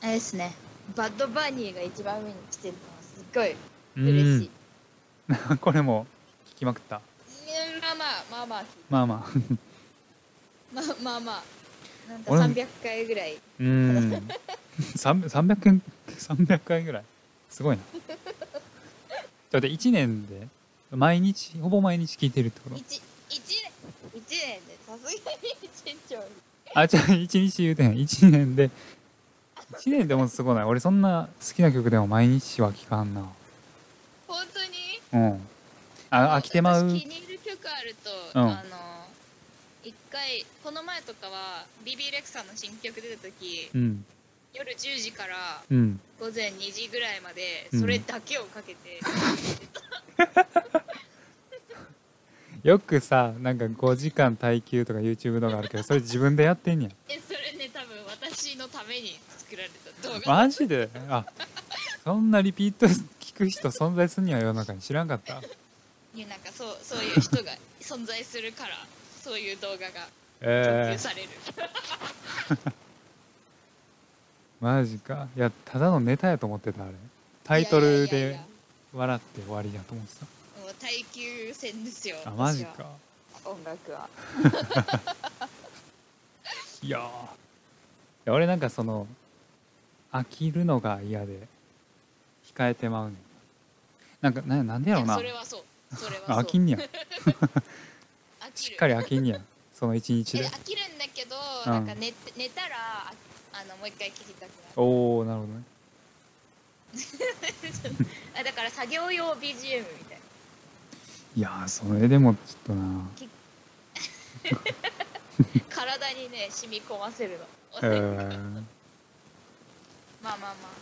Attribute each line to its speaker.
Speaker 1: あれですねバッドバニーが一番上に来てるのはすっごい嬉しい。
Speaker 2: うーん これも聞きまくった
Speaker 1: うんまあまあまあまあ
Speaker 2: まあまあ
Speaker 1: まあまあまあなんか
Speaker 2: 俺も
Speaker 1: 300回ぐらい。
Speaker 2: うーん 300件300回ぐらいすごいなだって1年で毎日ほぼ毎日聞いてるって こと
Speaker 1: 一一年一年でさすがに一丁
Speaker 2: あじゃあ1日言うてん1年で1年でもすごない俺そんな好きな曲でも毎日は聴かんな
Speaker 1: 本当に
Speaker 2: うんあ飽きてまう
Speaker 1: 私気に入る曲あると、
Speaker 2: うん
Speaker 1: あの一回この前とかは BB レクさんの新曲出た時
Speaker 2: うん
Speaker 1: 夜10時から
Speaker 2: うん
Speaker 1: 午前2時ぐらいまで
Speaker 2: うん
Speaker 1: それだけをかけて、
Speaker 2: よくさなんか5時間耐久とか YouTube 動画あるけどそれ自分でやってんや
Speaker 1: えそれね多分私のために作られた動画
Speaker 2: マジであそんなリピート聞く人存在すんには世の中に知らんかった
Speaker 1: いやなんかそうそういう人が存在するからそういう動画が供
Speaker 2: え
Speaker 1: 給
Speaker 2: ー、
Speaker 1: される、
Speaker 2: マジかいやただのネタやと思ってたあれタイトル
Speaker 1: いやいやいやい
Speaker 2: で
Speaker 1: や
Speaker 2: 笑って終わりやと思って
Speaker 1: もう耐久戦ですよ
Speaker 2: たあマジ
Speaker 1: 私は
Speaker 2: か
Speaker 1: 音楽はい
Speaker 2: やーいや俺なんかその飽きるのが嫌で控えてまうねんなんかななんでやろう
Speaker 1: いや
Speaker 2: な
Speaker 1: それはそうそれはそう
Speaker 2: 飽きんねや
Speaker 1: 飽き
Speaker 2: し
Speaker 1: る
Speaker 2: っかり飽きんねやその一日
Speaker 1: え
Speaker 2: で
Speaker 1: 飽きるんだけど、
Speaker 2: うん
Speaker 1: なんか寝て寝たらああのもう一回聞きたくな
Speaker 2: おおなるほどね
Speaker 1: るあだから作業用 BGM みたいない
Speaker 2: やーそれでもちょっとな
Speaker 1: 体にね染み込ませるの、
Speaker 2: えー
Speaker 1: まあまあまあ